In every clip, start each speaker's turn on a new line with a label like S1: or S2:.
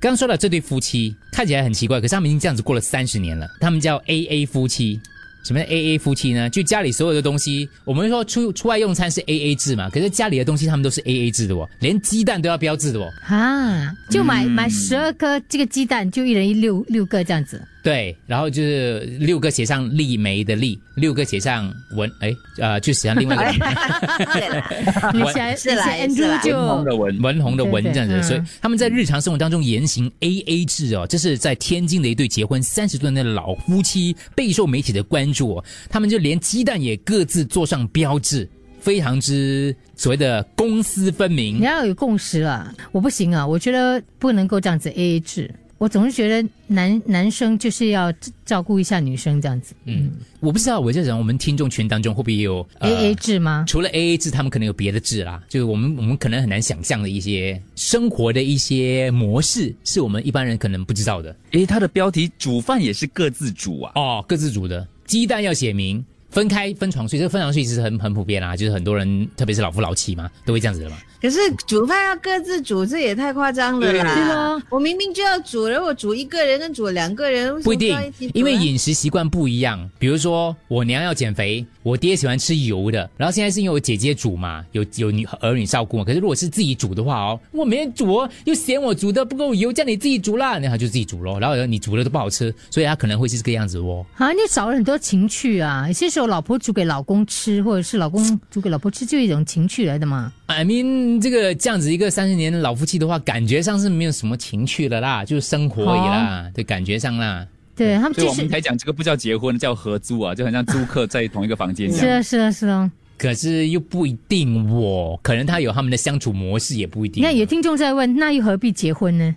S1: 刚刚说到这对夫妻看起来很奇怪，可是他们已经这样子过了三十年了。他们叫 A A 夫妻。什么 A A 夫妻呢？就家里所有的东西，我们说出出外用餐是 A A 制嘛，可是家里的东西他们都是 A A 制的哦，连鸡蛋都要标志的哦。
S2: 啊，就买、买十二颗这个鸡蛋，就一人一六六个这样子。
S1: 对，然后就是六个写上丽梅的丽，六个写上文，哎，呃，就写上另外一个
S2: 你
S1: 我
S2: 想，
S3: 是啦
S2: 你
S3: 是
S2: 想
S3: 啦
S2: Andrew 就
S4: 文红的文，
S1: 文红的文
S2: 对对
S1: 这样子，
S2: 嗯
S1: 所以他们在日常生活当中言行 A A 制哦，这是在天津的一对结婚三十多年的老夫妻备受媒体的关注哦，他们就连鸡蛋也各自做上标志，非常之所谓的公私分
S2: 你
S1: 明。
S2: 要有共识了，我不行啊，我觉得不能够这样子 A A 制。我总是觉得男男生就是要照顾一下女生这样子、
S1: 嗯，啊我不知道我这人，我们听众群当中会不会有
S2: 嗯
S1: 呃
S2: a A 制吗？
S1: 除了 A A 制，他们可能有别的制啦，就是我们我们可能很难想象的一些生活的一些模式，是我们一般人可能不知道的
S4: 诶，它的标题煮饭也是各自煮啊。
S1: 哦。各自煮的鸡蛋要写明，分开分床睡，这个分床睡其实很很普遍啦、啊就是很多人特别是老夫老妻嘛，都会这样子的嘛。
S3: 可是煮饭要各自煮，这也太夸张了啦！
S2: 对
S1: 啊
S2: 咯
S3: 我明明就要煮，然后我煮一个人跟煮两个人，为什么
S1: 不一定
S3: 要起煮，呢
S1: 因为饮食习惯不一样。比如说，我娘要减肥，我爹喜欢吃油的，然后现在是因为我姐姐煮嘛，有有女儿女照顾嘛。可是如果是自己煮的话哦，我每天煮哦，又嫌我煮的不够油，叫你自己煮啦，然后就自己煮咯。然后你煮的都不好吃，所以他可能会是这个样子哦。
S2: 啊，你少了很多情趣啊！有些时候老婆煮给老公吃，或者是老公煮给老婆吃，就一种情趣来的嘛。
S1: I mean，这个这样子一个三十年的老夫妻的话，感觉上是没有什么情趣了啦，就是生活而已啦，对，感觉上啦。
S2: 对他们
S4: 所以
S2: 就
S4: 我
S2: 是
S4: 们啊才讲这个不叫结婚，叫合租啊，就很像租客在同一个房间这
S2: 是
S4: 样。
S2: 啊是啊是啊。
S1: 可是又不一定哦，可能他有他们的相处模式，也不一定。
S2: 那有听众在问，那又何必结婚呢？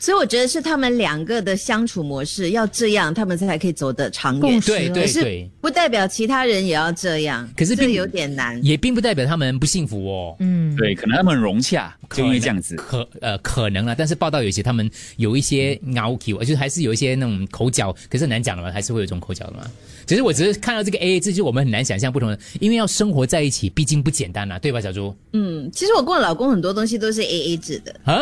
S3: 所以我觉得是他们两个的相处模式要这样，他们才可以走得长
S2: 共
S3: 远。
S2: 识
S1: 对
S2: 啊
S1: 对
S3: 可
S1: 对
S3: 是。不代表其他人也要这样，
S1: 可是并
S3: 这有点难。
S1: 也并不代表他们不幸福哦。
S2: 嗯，
S4: 对，可能他们很融洽，就因为这样子。
S1: 可呃可能啦，但是报道有些他们有一些拗 Q，就是还是有一些那种口角，可是很难讲的嘛，还是会有一种口角的嘛。只是我只是看到这个 A A 制，就我们很难想象不同的，因为要生活在一起，毕竟不简单啊啦、对吧，小猪？
S3: 嗯，其实我跟我老公很多东西都是 A A 制的，
S1: 啊，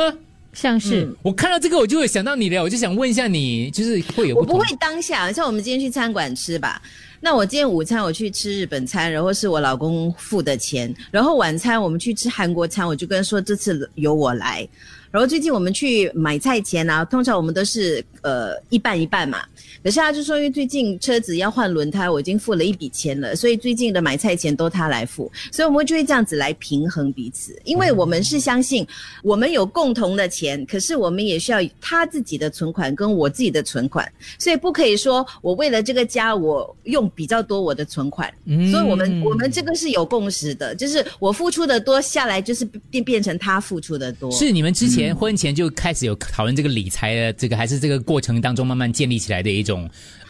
S2: 像是、
S3: 嗯
S1: 我看到这个我就会想到你了，我就想问一下你，就是会有
S3: 我
S1: 不同
S3: 不会当下。像我们今天去餐馆吃吧，那我今天午餐我去吃日本餐，然后是我老公付的钱，然后晚餐我们去吃韩国餐，我就跟他说这次由我来。然后最近我们去买菜前啊，通常我们都是呃一半一半嘛。可是他就说，因为最近车子要换轮胎，我已经付了一笔钱了，所以最近的买菜钱都他来付，所以我们就会这样子来平衡彼此。因为我们是相
S1: 嗯
S3: 信我们有共同的钱，可是我们也需要他自己的存款跟我自己的存款，所以不可以说我为了这个家我用比较多我的存款，
S1: 嗯
S3: 所以我们我们这个是有共识的，就是我付出的多下来就是变变成他付出的多。
S1: 是你们之前婚前就开始有讨论这个理财的这个，还是这个过程当中慢慢建立起来的一种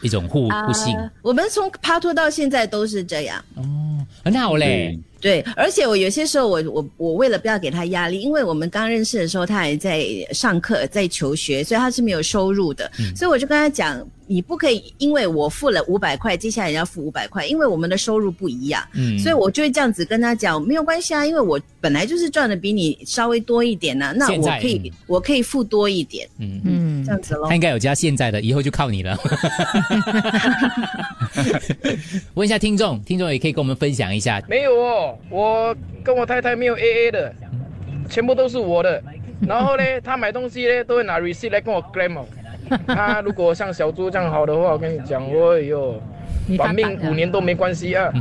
S1: 一种互互信？啊
S3: 呃我们从爬托到现在都是这样。
S1: 很好嘞
S4: 对，
S3: 对，而且我有些时候我，我我为了不要给他压力，因为我们刚认识的时候，他还在上课，在求学，所以他是没有收入的，
S1: 嗯
S3: 所以我就跟他讲，你不可以因为我付了五百块，接下来你要付五百块，因为我们的收入不一样，
S1: 嗯
S3: 所以我就会这样子跟他讲，没有关系啊，因为我本来就是赚的比你稍微多一点呢、啊那
S1: 现
S3: 我
S1: 在
S3: 可以、
S1: 嗯
S3: 我可以付多一点，
S1: 嗯。
S2: 嗯
S3: 这，样子咯
S1: 他。应该有加现在的，以后就靠你 了。 问一下听众，听众也可以跟我们分享一下。
S5: 没有哦，我跟我太太没有 AA 的，全部都是我的。然后呢，她买东西呢都会拿 receipt 来跟我 claim 哦。她如果像小猪这样好的话，我跟你讲，哎呦，
S2: 你
S5: 短
S2: 大胆
S5: 命
S2: 啊
S5: 五年都没关系啊。